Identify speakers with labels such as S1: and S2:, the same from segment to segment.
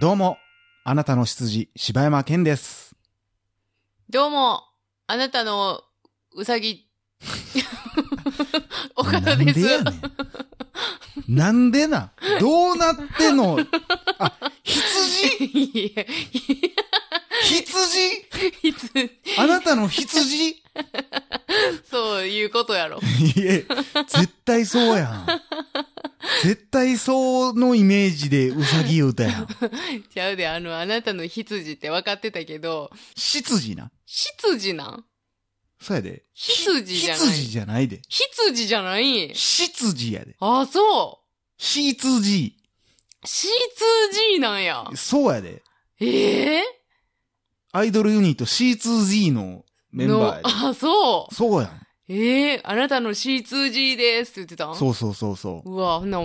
S1: どうも、あなたの執事、柴山健です。
S2: どうも、あなたのうさぎ、 岡田です。
S1: なんでやねん。なんでなどうなってんのあ、羊
S2: いや
S1: 羊
S2: いつ、
S1: あなたの羊い
S2: そういうことやろ。
S1: え、絶対そうやん。絶対そうのイメージでうさぎ言うたやん。
S2: ちゃうで、あの、あなたの羊って分かってたけど、
S1: 執事な。
S2: 羊なん
S1: そうやで。
S2: 羊じゃない
S1: 羊じゃないで。
S2: 羊じゃない
S1: 執事やで。
S2: あ、そ
S1: 羊。
S2: う。C2G なんや。
S1: そうやで。
S2: ええ
S1: アイドルユニット C2G のメン
S2: の
S1: バーやで。
S2: あ、そう。
S1: そうやん。
S2: ええあなたの C2G ですって言ってたん
S1: そうそうそうそう。
S2: うわ、ほんな、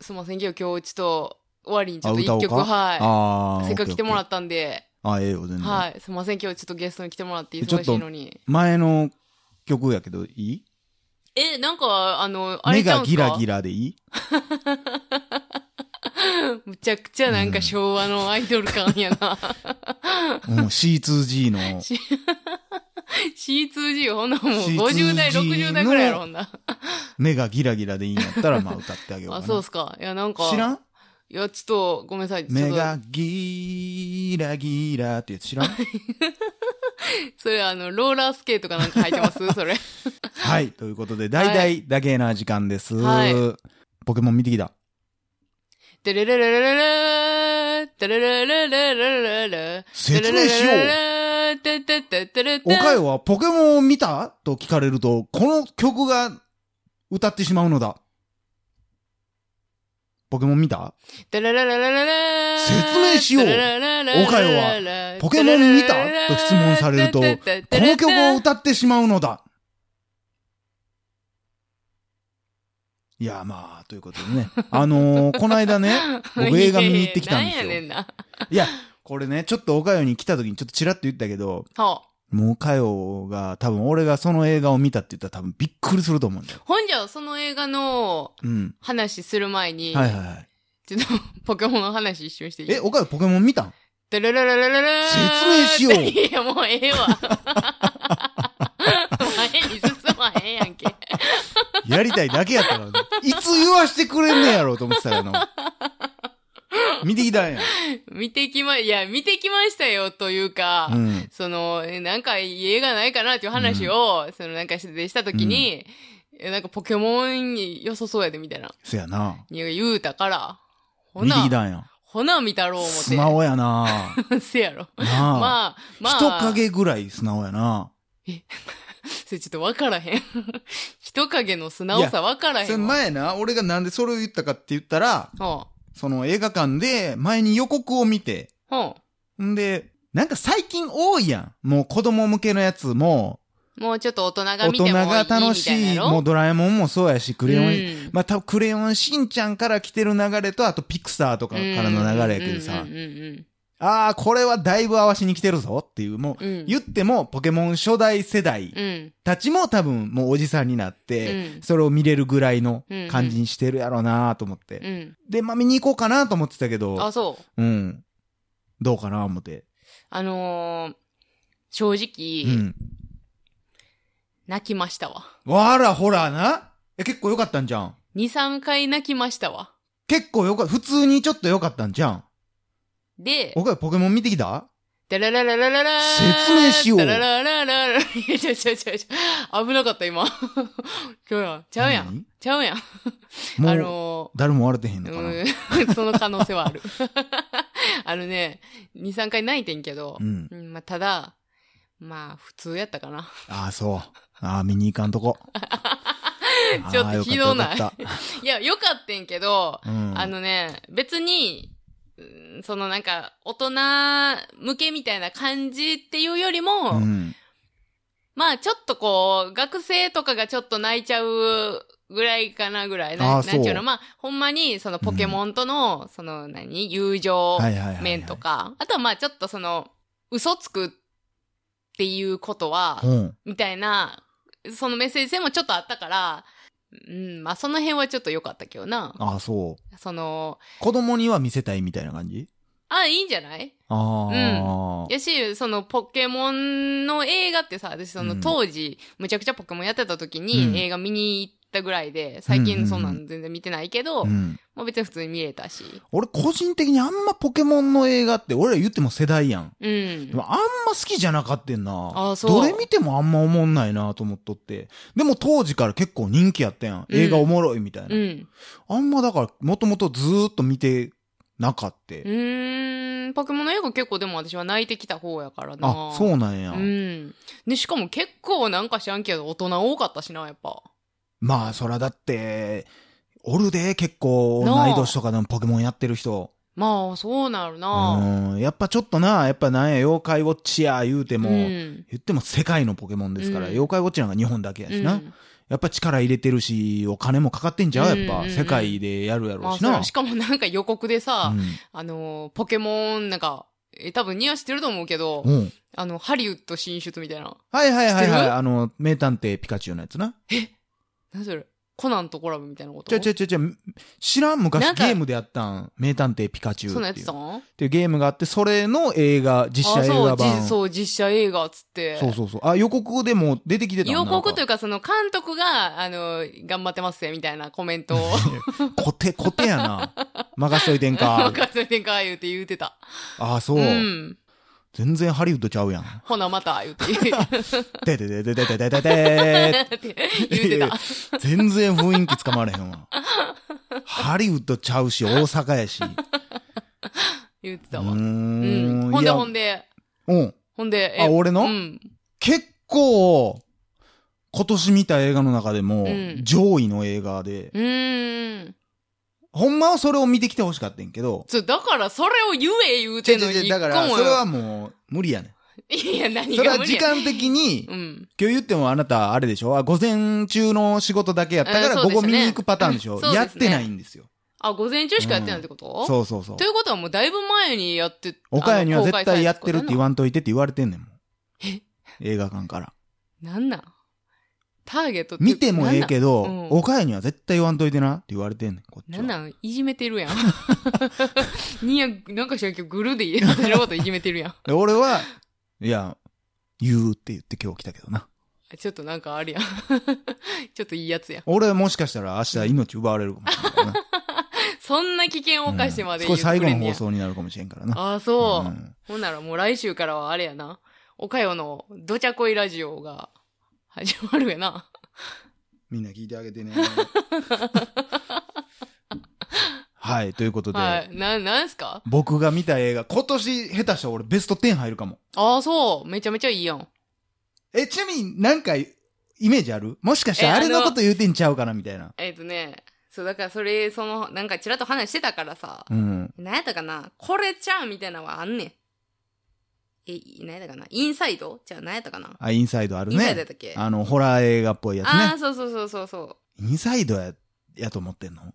S2: すいません、今日、今日ちょっと、終わりにちょっと
S1: あ歌お
S2: 一
S1: うか
S2: 曲、は
S1: あ
S2: い。
S1: あ。
S2: せっかく来てもら
S1: っ
S2: ったんで、
S1: た。あ、ええよ、全然。
S2: はい。すいません、今日ちょっとゲストに来てもらって
S1: ちょ
S2: 忙
S1: っと
S2: しいのに。
S1: 前の曲やけどいい
S2: え、なんか、あの、あ
S1: 目
S2: れちゃ
S1: が
S2: うんす
S1: ギ
S2: か
S1: ラギラでいい
S2: むちゃくちゃなんか昭和のアイドル感やな。
S1: うん、C2G の
S2: C2G、ほんなもう
S1: C2G
S2: 50代、60代ぐらいやろ、
S1: の
S2: ほんな。
S1: 目がギラギラでいいんやったら、まあ歌ってあげようか
S2: あ、
S1: な。
S2: そうっすか。いや、なんか。
S1: 知らん
S2: いや、ちょっと、ごめんなさい。ちょっ
S1: 目
S2: と
S1: がギラギラってやつ知らん
S2: それ、あの、ローラースケートかなんか入ってます それ。
S1: はい。ということで、だいだいだけな時間です。
S2: はい
S1: ポケモン見てきた。
S2: てれれれれれれてれれれれれれれ
S1: 説明しよう。
S2: うててててれ
S1: お
S2: て
S1: かよはポケモンを見たと聞かれると、この曲が歌ってしまうのだ。ポケモン見た
S2: てれれれれれれ
S1: 説明しよう
S2: てれれれれれれ
S1: おかよはポケモン見たと質問されると
S2: てて
S1: こ
S2: て
S1: の
S2: てて
S1: 曲を歌ってしまうのだ。いや、まあ、ということでね。あのーこの間ね、僕映画見に行ってきたんですよ
S2: いやいやなんやねんな。
S1: いや、これね、ちょっとおかよに来た時にちょっとチラッと言ったけど、
S2: ほ
S1: もうおかよが多分俺がその映画を見たって言ったら多分びっくりすると思うんだよ
S2: う。ほんじゃ、その映画の
S1: うん。
S2: 話する前に、
S1: はいはいはい。
S2: ちょっとポケモンの話一瞬していい
S1: え、おかよポケモン見たん
S2: てれれれれれれ
S1: 説明しよう
S2: いや、もうええわ。 前に進まへんやんけ。
S1: やりたいだけやったからね。いつ言わしてくれんねやろうと思ってたよな。見てきたんや。
S2: 見てきま、いや、見てきましたよ、というか、
S1: うん。
S2: その、えなんか家がないかなっていう話を、そのなんかしてした時に、えなんかポケモンに良さそうやで、みたいな。
S1: そやな。
S2: いや言うたから、ほ
S1: 見てき
S2: な、
S1: たんや。
S2: ほな見たろう思って。
S1: 素直やな。
S2: せやろ。
S1: なあ。
S2: まあ、まあ。
S1: 人影ぐらい素直やな。
S2: それちょっとわからへん。 人影の素直さわからへ
S1: それ
S2: んわ。
S1: 前な、俺がなんでそれを言ったかって言ったら、
S2: ほ
S1: その映画館で前に予告を見て、
S2: う。ほ
S1: んで、なんか最近多いやん。もう子供向けのやつも、
S2: う。もうちょっと大人が
S1: 大
S2: 見てもい
S1: 人
S2: いみたいな
S1: が
S2: やろ。
S1: 楽しい、もうドラえもんもそうやし、クレヨン、
S2: うん
S1: まあ、たクレヨンしんちゃんから来てる流れと、あとピクサーとかからの流れやけどさ
S2: うん、うんうん
S1: ああ、これはだいぶ合わしに来てるぞっていう、もう、
S2: うん。
S1: 言ってもポケモン初代世代
S2: うん。
S1: たちも多分もうおじさんになって、
S2: うん
S1: それを見れるぐらいの感じにしてるやろうなと思って。
S2: うん。
S1: で、まあ見に行こうかなと思ってたけ
S2: あ、
S1: ど、
S2: そう。
S1: うん。どうかな思って。
S2: あのー、正直、
S1: うん。
S2: 泣きましたわ。
S1: わら、ほらな。え、結構良かったんじゃん。
S2: 2、3回泣きましたわ。
S1: 結構良かった。普通にちょっと良かったんじゃん。
S2: で、
S1: おかよポケモン見てきた
S2: ダララララララ
S1: 説明しよう
S2: ダラララララいや、ちゃうちゃうちゃうちゃう。危なかった、今。ちゃうやん。ちゃうやん。
S1: 何
S2: ちゃうやん。
S1: も
S2: あ
S1: う、
S2: の
S1: 誰も笑ってへんの
S2: ー、
S1: かな。
S2: うん、 その可能性はある。あのね、2、3回泣いてんけど、
S1: うん
S2: うんまあ、ただ、まあ、普通やったかな。
S1: ああ、そう。ああ、見に行かんとこ。
S2: ちょっとひどない
S1: ああよかったよかっ
S2: いや、よかったんけど、
S1: たうん。
S2: あのね、別に、うんそのなんか、大人向けみたいな感じっていうより
S1: う
S2: も、
S1: ん、
S2: まあちょっとこう、学生とかがちょっと泣いちゃうぐらいかなぐらい。
S1: あ
S2: な
S1: ー
S2: なんちゅう
S1: そう
S2: のまあ、ほんまに、そのポケモンとの、その何、友情
S1: はいはいはいはい
S2: 面とか、あとはまあちょっとその、嘘つくっていうことは、
S1: うん。
S2: みたいな、そのメッセージ性もちょっとあったから、うん、まあその辺はちょっと良かったけどな。
S1: ああ、そう。
S2: その、
S1: 子供には見せたいみたいな感じ
S2: あ、いいんじゃない
S1: ああ、
S2: やし、そのポケモンの映画ってさ、私そ
S1: うん
S2: の当時、むちゃくちゃポケモンやってた時
S1: うん
S2: に映画見に行ったぐらいで、最
S1: うんうんう
S2: 近
S1: ん
S2: そんなん全然見てないけど、
S1: うん。
S2: まあ別に普通に見れたし。
S1: 俺個人的にあんまポケモンの映画って、俺ら言っても世代やん。
S2: うん
S1: で。もあんま好きじゃなかったんな。
S2: あそう
S1: どれ見てもあんま思んないなと思っとって。でも当時から結構人気やったやん。映画おもろいみたいな。
S2: うん。
S1: あんまだから、もともとずーっと見てなかった。
S2: うーん、ポケモンの映画結構でも私は泣いてきた方やからな。
S1: あ、そうなんや。
S2: うん。で、しかも結構なんか知らんけど大人多かったしな、やっぱ。
S1: まあ、そらだって、おるで、結構、
S2: なあ
S1: 同い年とかでもポケモンやってる人。
S2: まあ、そうなる
S1: う
S2: な。
S1: ん。やっぱちょっとな、やっぱなんや、妖怪ウォッチや言うても、
S2: うん
S1: 言っても世界のポケモンですから、
S2: うん
S1: 妖怪ウォッチなんか日本だけやしな。
S2: うん
S1: やっぱ力入れてるし、お金もかかってんじゃうやっぱ、
S2: うんうんうん
S1: 世界でやるやろ
S2: ま
S1: う
S2: あ
S1: し
S2: そ
S1: な。
S2: うしかもなんか予告でさ、
S1: う
S2: あのー、ポケモン、なんか、え多分似合してると思うけど、
S1: ん。うん。
S2: あの、ハリウッド進出みたいな。
S1: はいはいはい
S2: 知っ
S1: は
S2: て
S1: い。
S2: る
S1: あの、名探偵ピカチュウのやつな。
S2: 何それコナンとコラボみたいなこと
S1: ちゃちゃちゃちゃ、知らん昔
S2: なんか
S1: ゲームでやったん。名探偵ピカチュウ
S2: そんな
S1: っ
S2: や
S1: てい
S2: つ
S1: う。
S2: さ
S1: っ
S2: んあ、
S1: ていうゲームがあって、それの映画、実写映
S2: そ
S1: 画
S2: う、じ
S1: 版。そう
S2: そう、実写映画っつって。
S1: そうそうあ、予告でも出てきてた
S2: 予告といううか、その監督が、あのー、頑張ってますぜみたいなコメン トを、
S1: か。コテコテや な。任しといてんか
S2: 分。かってんか、言うて言うてた。
S1: ああ、そうう。
S2: ん。
S1: 全然ハリウッドちゃうやん。
S2: ほな、また、言う て言う
S1: ででででででででで
S2: て 言うて た。
S1: 全然雰囲気つかまれへんわ。ハリウッドちゃうし、大阪やし。
S2: 言うて
S1: う
S2: たわ。う
S1: ー
S2: ん。
S1: ん。
S2: ほ
S1: い
S2: んで
S1: や
S2: ほんで、
S1: うん。
S2: ほんで、
S1: あ、俺の、
S2: うん。
S1: 結構、今年見た映画の中でも、
S2: うん
S1: 上位の映画で、
S2: うーん。
S1: ほんまはそれを見てきてほしかったんやけど、
S2: そう、だから、それを言え言う
S1: ち
S2: て
S1: ょ
S2: ん
S1: ちょ
S2: のに
S1: ちょ
S2: 一個
S1: だ
S2: も
S1: から、それ
S2: よ
S1: はもう、無理やね
S2: いや、
S1: ん。
S2: 何
S1: それ
S2: が
S1: は
S2: 無理
S1: 時
S2: や。
S1: 間的に、
S2: うん。
S1: 今日言ってもあなた、あれでしょあ午前中の仕事だけやったか
S2: う
S1: ら、
S2: んそう
S1: 午後
S2: でしたね
S1: 見に行くパターンでしょ、
S2: うんそうですね
S1: やってないんですよ。
S2: あ、午前中しかやってないってこと、
S1: そうそうそう
S2: とい。うことはもうだいぶ前にやって、
S1: 岡谷には絶対やってるって言
S2: わ
S1: わんといてって言われてんねんもん。映画館から。
S2: なんなんターゲットって
S1: 見てもええけど、
S2: なんなんうん
S1: 岡谷には絶対言わんといてなって言われてんねん、こっち
S2: な
S1: は。
S2: んなんなんいじめてるやん。にや、なんかしらんけど、グルで言ってることいじめてるやん。
S1: で俺は、いや、言うって言って今日来たけどな。
S2: ちょっとなんかあるやん。 ちょっといいやつやん。
S1: 俺はもしかしたら明日命奪われるかもしれん からな。
S2: そんな危険を犯してまで
S1: こ
S2: 言
S1: れ
S2: ってく
S1: 最後
S2: れ
S1: の
S2: んね
S1: 放
S2: や。
S1: 送になるかもしれんからな。
S2: ああ、そう。
S1: ん
S2: ほんならもう来週からはあれやな。おかよのどちゃこいラジオが始まるやな。
S1: みんな聞いてあげて ね。はい、ということで、
S2: はい。な、なんすか
S1: 僕が見た映画、今年下手したら俺ベスト10入るかも。
S2: ああ、そう。めちゃめちゃいいやん。
S1: え、ちなみになんか、イメージあるもしかして
S2: え
S1: あれの
S2: あの
S1: こと言うてんちゃうかなみたいな。
S2: えっ、とね、そう、だからそれ、その、なんかちらっと話してたからさ、
S1: うん。
S2: なんやったかな、これちゃうみたいなのはあんねん。え、いなんやったかな、インサイドじゃあなんやったかな、
S1: あ、インサイドある
S2: インサイドや
S1: ね。
S2: ったっけあ、
S1: あの、ホラー映画っぽいやつ
S2: あ
S1: ね。
S2: ー、そうそうそうそうそう。
S1: インサイドや、やと思ってんの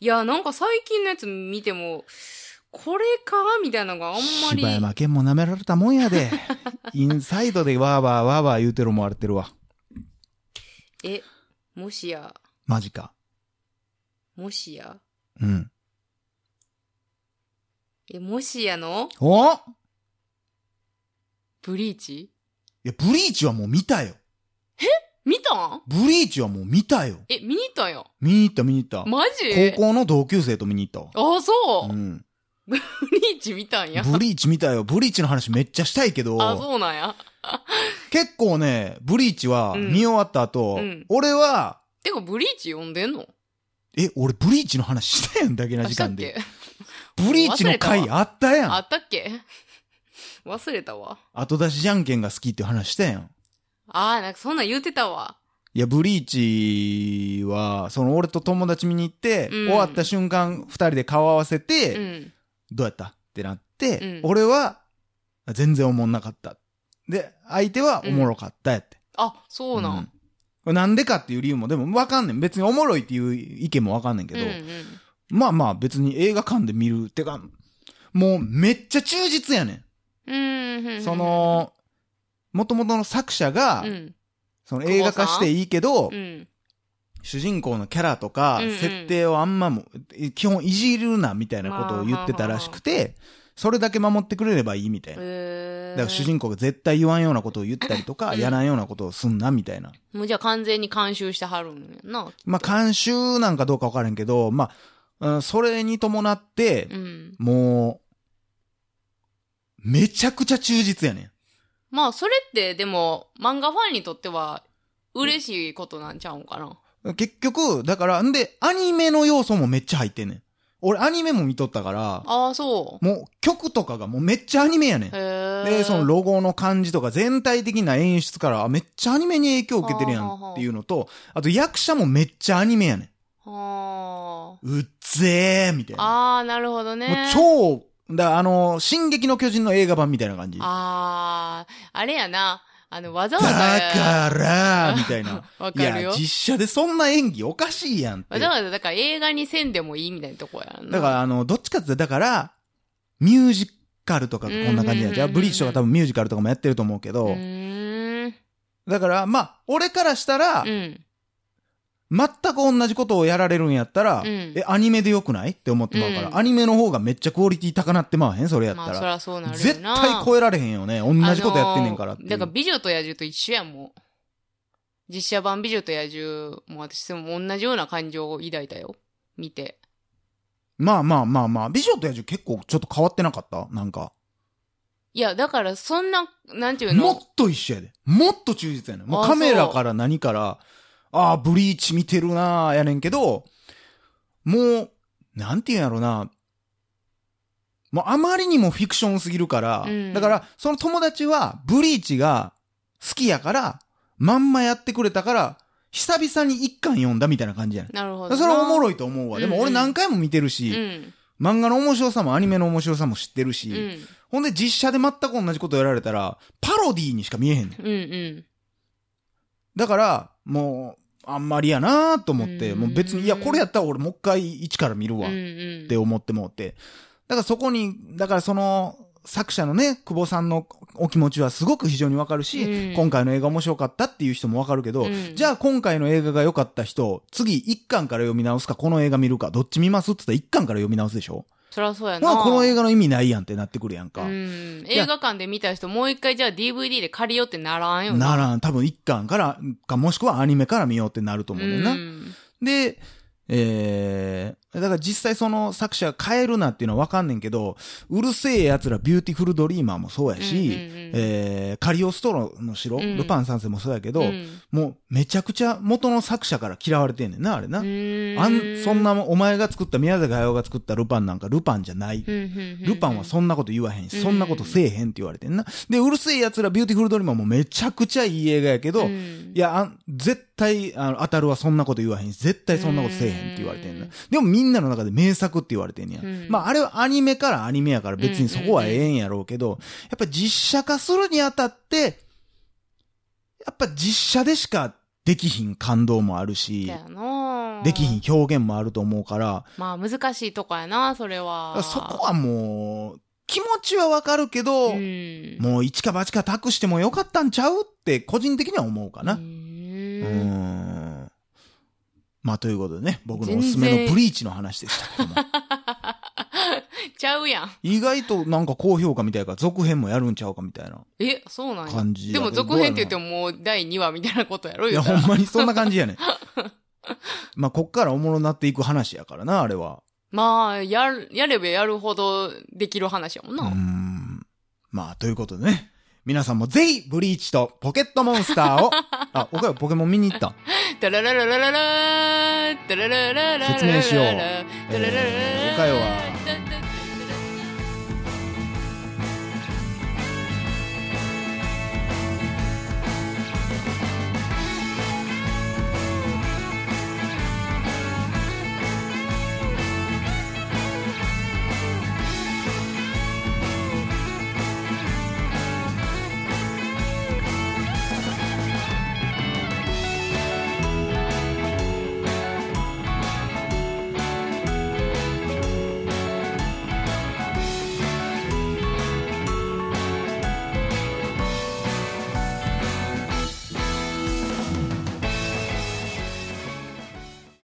S2: いや、なんか最近のやつ見ても、これかみたいなのがあんまり。
S1: 柴山健も舐められたもんや で。インサイドでわーわーわーわー言うてる思われてるわ。
S2: え、もしや、
S1: マジか。
S2: もしや、
S1: うん。
S2: え、もしやの
S1: おい
S2: ブリーチ
S1: や、ブリーチはもう見たよ。
S2: 見たん
S1: ブリーチはもう見たよ。
S2: え、見に行ったんよ。
S1: 見に行った見に行った。
S2: マジ
S1: 高校の同級生と見に行ったわ。
S2: ああ、そ
S1: う
S2: う、
S1: ん。
S2: ブリーチ見たんや。
S1: ブリーチ見たよ。ブリーチの話めっちゃしたいけど。
S2: あ、そうなんや。
S1: 結構ね、ブリーチは
S2: うん
S1: 見終わった後、
S2: うん
S1: 俺は、
S2: てか、ブリーチ読んでんの
S1: え、俺ブリーチの話したやんだけな時間で。
S2: あしたっ
S1: ブリーチの回あった
S2: け
S1: や
S2: あ
S1: ん。
S2: ったっけ忘れたわ。
S1: 後出しじゃんけんが好きっていう話したやん。
S2: ああ、なんかそんなん言うてたわ。
S1: いや、ブリーチは、その俺と友達見に行って、
S2: うん
S1: 終わった瞬間二人で顔合わせて、
S2: うん。
S1: どうやったってなって、
S2: うん
S1: 俺は、全然おもんなかった。で、相手はおもろかったやって。
S2: あ、そうなん。
S1: これなんでかっていう理由も、でもわかんねん。別におもろいっていう意見もわかんねんけ
S2: うん
S1: ど、
S2: うん。
S1: まあまあ別に映画館で見るってか、もうめっちゃ忠実やね。
S2: うんうんうんん。
S1: そ、の、元々の作者が、
S2: うん。
S1: その映画化していいけど、
S2: うん。
S1: 主人公のキャラとか
S2: うんうん、
S1: 設定をあんまも、基本いじるな、みたいなことを言ってたらしくて、それだけ守ってくれればいいみたいな。
S2: え
S1: だ
S2: ー、
S1: から主人公が絶対言わんようなことを言ったりとか、
S2: うん
S1: やらんようなことをすんな、みたいな。
S2: もうじゃあ完全に監修してはるんやな。
S1: まあ、監修なんかどうかわからんけど、まあ、うんそれに伴って
S2: う、ん。
S1: もう、めちゃくちゃ忠実やねん。
S2: まあ、それって、でも、漫画ファンにとっては、嬉しいことなんちゃうんかな。
S1: 結局、だから、んで、アニメの要素もめっちゃ入ってんねん。俺、アニメも見とったから、
S2: ああ、そう。
S1: もう曲とかがもうめっちゃアニメやねん。
S2: へえ。
S1: で、そのロゴの感じとか全体的な演出から、あめっちゃアニメに影響を受けてるや
S2: はあはあ
S1: ん
S2: はあ
S1: っていうのと、あと役者もめっちゃアニメやね
S2: は
S1: ん。うっぜーみたい
S2: あ。
S1: な。
S2: ああ、なるほどね。
S1: もう超、だあの、進撃の巨人の映画版みたいな感じ。だ
S2: ああ、あれやな。あの、わざわざ。
S1: から、みたいな。
S2: わ
S1: い
S2: かる
S1: や
S2: よ、。
S1: 実写でそんな演技おかしいやんって。
S2: わざわざ、だから映画にせんでもいいみたいなとこやな。
S1: だから、あの、どっちかって、だから、ミュージカルとかがこんな感じ
S2: うんうんうんうん
S1: やじゃあ、ブリッジとか多分ミュージカルとかもやってると思うけ
S2: う
S1: ど、
S2: ーん。
S1: だから、まあ、俺からしたら
S2: う、ん。
S1: 全く同じことをやられるんやったら、
S2: うん
S1: え、アニメでよくないって思ってまうか
S2: うん
S1: ら、アニメの方がめっちゃクオリティ高なってまわへんそれやっ
S2: ま
S1: た
S2: あ、そ
S1: ら。
S2: らそうなるよな。
S1: 絶対超えられへんよね。同じことやってんねんからっていう
S2: だから、美女と野獣と一緒やもん。実写版美女と野獣も私も同じような感情を抱いたよ。見て。
S1: まあまあまあまあ、美女と野獣結構ちょっと変わってなかったなんか。
S2: いや、だから、そんな、なんていう
S1: もっ
S2: の
S1: と一緒やで。もっと忠実やねん。も
S2: あ
S1: う
S2: そう
S1: カメラから何から、ああ、ブリーチ見てるなあやねんけど、もう、なんていうんやろな。もうあまりにもフィクションすぎるから、
S2: うん
S1: だから、その友達は、ブリーチが好きやから、まんまやってくれたから、久々に一巻読んだみたいな感じやねん。
S2: なるほどな。
S1: それはおも
S2: い
S1: ろいと思うわ。でも
S2: うんう
S1: 俺
S2: ん
S1: 何回も見てる
S2: う
S1: し、
S2: ん。
S1: 漫画の面白さもアニメの面白さも知ってるし、
S2: うん。うん
S1: ほんで実写で全く同じことやられたら、パロディーにしか見えへんねん。
S2: うん。
S1: だから、もう、あんまりやなーと思って、
S2: うん
S1: もう別に、いや、これやったら俺もう一回一から見るわ
S2: うん
S1: っ
S2: うん。
S1: て思ってもうて。だからそこに、だからその、作者のね、久保さんのお気持ちはすごく非常にわかるし、
S2: うん
S1: 今回の映画面白かったっていう人もわかるけど、
S2: うん
S1: じゃあ今回の映画が良かった人、次一巻から読み直すか、この映画見るか、どっち見ますって言ったら一巻から読み直すでしょ
S2: そらそうやな。
S1: まあこの映画の意味ないやんってなってくるやんか。
S2: うん。映画館で見た人、もう一回じゃあ DVD で借りようってならんよ
S1: ならん、多分一巻から、かもしくはアニメから見ようってなると思うねんな。
S2: うん
S1: で、えー、だから実際その作者が変えるなっていうのはわかんねんけど、うるせえ奴らビューティフルドリーマーもそうやし、
S2: うんうんうん
S1: えー、カリオストロの城、
S2: うん
S1: ルパン三世もそうやけど、
S2: うん
S1: もうめちゃくちゃ元の作者から嫌われてんねんな、あれな。
S2: うん
S1: あん、そんな、お前が作った宮崎駿が作ったルパンなんかルパンじゃない。
S2: うんうんうんうん、
S1: ルパンはそんなこと言わへんし、
S2: うん
S1: そんなことせえへんって言われてんな。で、うるせえ奴らビューティフルドリーマーもめちゃくちゃいい映画やけど、
S2: ん
S1: いや、あん絶対、あの、当たるはそんなこと言わへんし、絶対そんなことせえへんって言われてんね
S2: うん
S1: でもみんなの中で名作って言われてんねや。
S2: うん
S1: まあ、あれはアニメからアニメやから別にそこはええんやろうけど、やっぱ実写化するにあたって、やっぱ実写でしかできひん感動もあるし
S2: だ、よな
S1: できひん表現もあると思うから、
S2: まあ難しいとこやな、それは。
S1: そこはもう、気持ちはわかるけど、
S2: うん。
S1: もう一か八か託してもよかったんちゃうって個人的には思うかな。
S2: う
S1: うー
S2: ん。
S1: ん。まあ、ということでね、僕のおすすめのブリーチの話でした。今
S2: ちゃうやん。
S1: 意外となんか高評価みたいから続編もやるんちゃうかみたいな
S2: え、そうなんや。
S1: 感じ
S2: で
S1: やけど
S2: も続編って言ってももう第2話みたいなことやろ
S1: どうや
S2: 言
S1: ろ
S2: うた
S1: うな。いや、ほ
S2: ら
S1: んまにそんな感じやね。 まあ、こっからおもろなっていく話やからな、あれは。
S2: まあ、やる、やればやるほどできる話やもん
S1: う
S2: な。
S1: ーん。まあ、ということでね。皆さんもぜひ、ブリーチとポケットモンスターを、あ、岡山ポケモン見に行った。
S2: タララララララータラララララララ
S1: 説明しよう
S2: タラララララ
S1: えー、岡
S2: ラ
S1: 山は